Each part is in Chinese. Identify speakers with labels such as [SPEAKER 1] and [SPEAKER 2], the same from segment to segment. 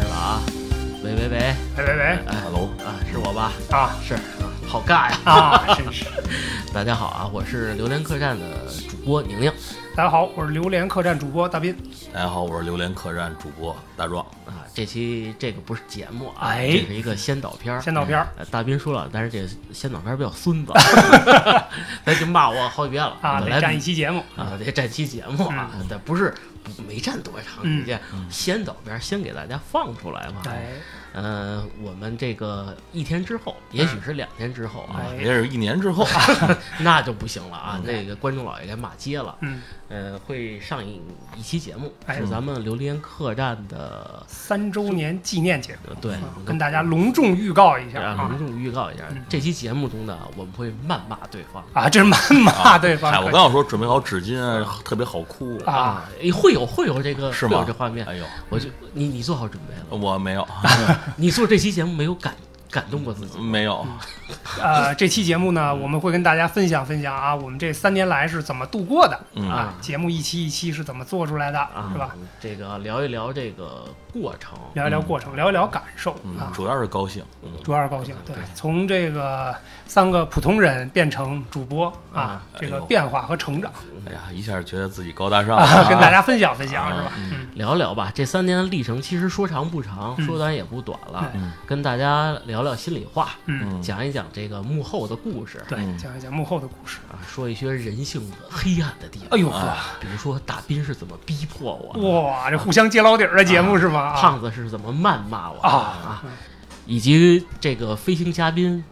[SPEAKER 1] 啊
[SPEAKER 2] 哎，
[SPEAKER 1] 大龙啊，是我吧？
[SPEAKER 2] 啊
[SPEAKER 1] 是啊，好尬呀！
[SPEAKER 2] 啊，真是！
[SPEAKER 1] 大家好啊，我是榴莲客栈的主播宁宁
[SPEAKER 2] 大家好，我是榴莲客栈主播大斌。
[SPEAKER 3] 大家好，我是榴莲客栈主播大壮。
[SPEAKER 1] 啊。这期这个不是节目啊，
[SPEAKER 2] 哎
[SPEAKER 1] 这是一个先导片儿。
[SPEAKER 2] 先导片儿
[SPEAKER 1] 呃大斌说了，但是这先导片儿比较孙 子，他已经骂我好几遍了
[SPEAKER 2] 啊，
[SPEAKER 1] 本嗯
[SPEAKER 2] 得
[SPEAKER 1] 来
[SPEAKER 2] 占一嗯期节目，
[SPEAKER 1] 啊，得占期节目啊，但不是不没占多长时间，先导片儿先给大家放出来嘛。
[SPEAKER 2] 嗯哎，
[SPEAKER 1] 呃，我们这个一天之后，也许是两天之后啊，
[SPEAKER 2] 哎
[SPEAKER 3] 也是一年之后，
[SPEAKER 1] 那就不行了啊，那个观众老爷该骂街了。
[SPEAKER 2] 嗯，
[SPEAKER 1] 呃，会上一一期节目，
[SPEAKER 2] 哎
[SPEAKER 1] 是咱们榴莲客栈的，
[SPEAKER 2] 三周年纪念节目，
[SPEAKER 1] 呃对
[SPEAKER 2] 啊，跟大家隆重预告一下
[SPEAKER 1] 啊隆
[SPEAKER 2] 啊
[SPEAKER 1] 重预告一下，这期节目中呢，我们会谩骂对方
[SPEAKER 2] 啊，这是谩骂对方
[SPEAKER 3] 哎，我刚要说准备好纸巾啊，特别好哭，
[SPEAKER 2] 啊，，
[SPEAKER 1] 哎会有会有这个
[SPEAKER 3] 是
[SPEAKER 1] 会有
[SPEAKER 3] 吗
[SPEAKER 1] 这画面
[SPEAKER 3] 哎，呦，
[SPEAKER 1] 我就你你做好准备了，
[SPEAKER 3] 我没有，
[SPEAKER 1] 你做这期节目没有感感动过自己，
[SPEAKER 3] 没有，
[SPEAKER 2] 呃，这期节目呢，我们会跟大家分享分享啊，我们这三年来是怎么度过的
[SPEAKER 3] 嗯
[SPEAKER 2] 啊，节目一期一期是怎么做出来的，
[SPEAKER 1] 啊，
[SPEAKER 2] 嗯是吧？？
[SPEAKER 1] 这个聊一聊这个过程，
[SPEAKER 2] 聊一聊过程，聊一聊感受啊
[SPEAKER 3] 嗯，，主要是高兴，嗯
[SPEAKER 2] 主要是高兴。对
[SPEAKER 1] 对，
[SPEAKER 2] 从这个三个普通人变成主播啊
[SPEAKER 1] 啊，
[SPEAKER 2] 这
[SPEAKER 3] 哎
[SPEAKER 2] 个
[SPEAKER 3] 呦
[SPEAKER 2] 变化和成长
[SPEAKER 3] 哎呀，一下觉得自己高大上
[SPEAKER 1] 哎
[SPEAKER 2] 啊，跟大
[SPEAKER 3] 了。
[SPEAKER 2] 家分享分享
[SPEAKER 1] 啊
[SPEAKER 2] 是吧？
[SPEAKER 1] 聊聊吧，这三年的历程其实说长不长，
[SPEAKER 2] 嗯
[SPEAKER 1] 说短也不短了，
[SPEAKER 3] 嗯
[SPEAKER 1] 跟大家聊聊心里话，
[SPEAKER 2] 嗯，
[SPEAKER 3] 嗯，
[SPEAKER 1] 讲一讲这个幕后的故事，
[SPEAKER 2] 对，
[SPEAKER 3] 嗯
[SPEAKER 2] 讲一讲幕后的故事。
[SPEAKER 1] 啊，说一些人性的黑暗的地方。
[SPEAKER 2] 哎呦呵
[SPEAKER 3] 啊，
[SPEAKER 1] 比如说大斌是怎么逼迫我的，
[SPEAKER 2] 哇，这互相揭老底儿的节目是吗？啊，
[SPEAKER 1] 胖子是怎么谩骂我的
[SPEAKER 2] 啊
[SPEAKER 1] 啊，以及这个飞行嘉宾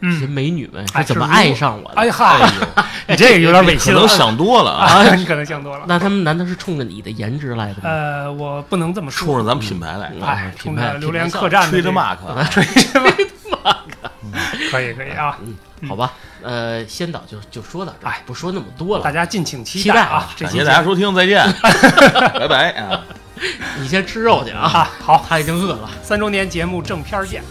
[SPEAKER 1] 这些
[SPEAKER 2] 嗯，
[SPEAKER 1] 美女们
[SPEAKER 2] 哎
[SPEAKER 1] 是怎么
[SPEAKER 2] 是如
[SPEAKER 1] 爱上我的。
[SPEAKER 2] 哎
[SPEAKER 3] 哎
[SPEAKER 2] 嗨，
[SPEAKER 3] 呦，
[SPEAKER 2] 你这个有点违
[SPEAKER 3] 可
[SPEAKER 2] 心了
[SPEAKER 3] 能想多了啊，
[SPEAKER 2] 啊，你可能想多了。
[SPEAKER 1] 那他们难道是冲着你的颜值来的吗？
[SPEAKER 2] 呃，我不能这么
[SPEAKER 3] 冲
[SPEAKER 2] 说，
[SPEAKER 3] 着咱们品牌来，
[SPEAKER 1] 嗯
[SPEAKER 2] 哎，
[SPEAKER 1] 品
[SPEAKER 2] 冲
[SPEAKER 1] 牌
[SPEAKER 2] 着榴莲
[SPEAKER 1] 品牌
[SPEAKER 2] 客栈的
[SPEAKER 3] 吹着
[SPEAKER 2] 这个，
[SPEAKER 3] 骂可，
[SPEAKER 2] 嗯可以可以
[SPEAKER 1] 哎
[SPEAKER 2] 啊，
[SPEAKER 1] 好吧，呃，先导就就说到这儿，
[SPEAKER 2] 哎
[SPEAKER 1] 不说那么多
[SPEAKER 2] 大
[SPEAKER 1] 了。
[SPEAKER 2] 家敬请期
[SPEAKER 1] 期待
[SPEAKER 2] 啊
[SPEAKER 1] 啊，
[SPEAKER 2] 这
[SPEAKER 3] 感
[SPEAKER 2] 期
[SPEAKER 3] 谢大家收听，再见，拜拜啊。
[SPEAKER 1] 你先吃肉去啊，
[SPEAKER 2] 啊，好，
[SPEAKER 1] 他已经饿了。
[SPEAKER 2] 三周年节目正片儿见。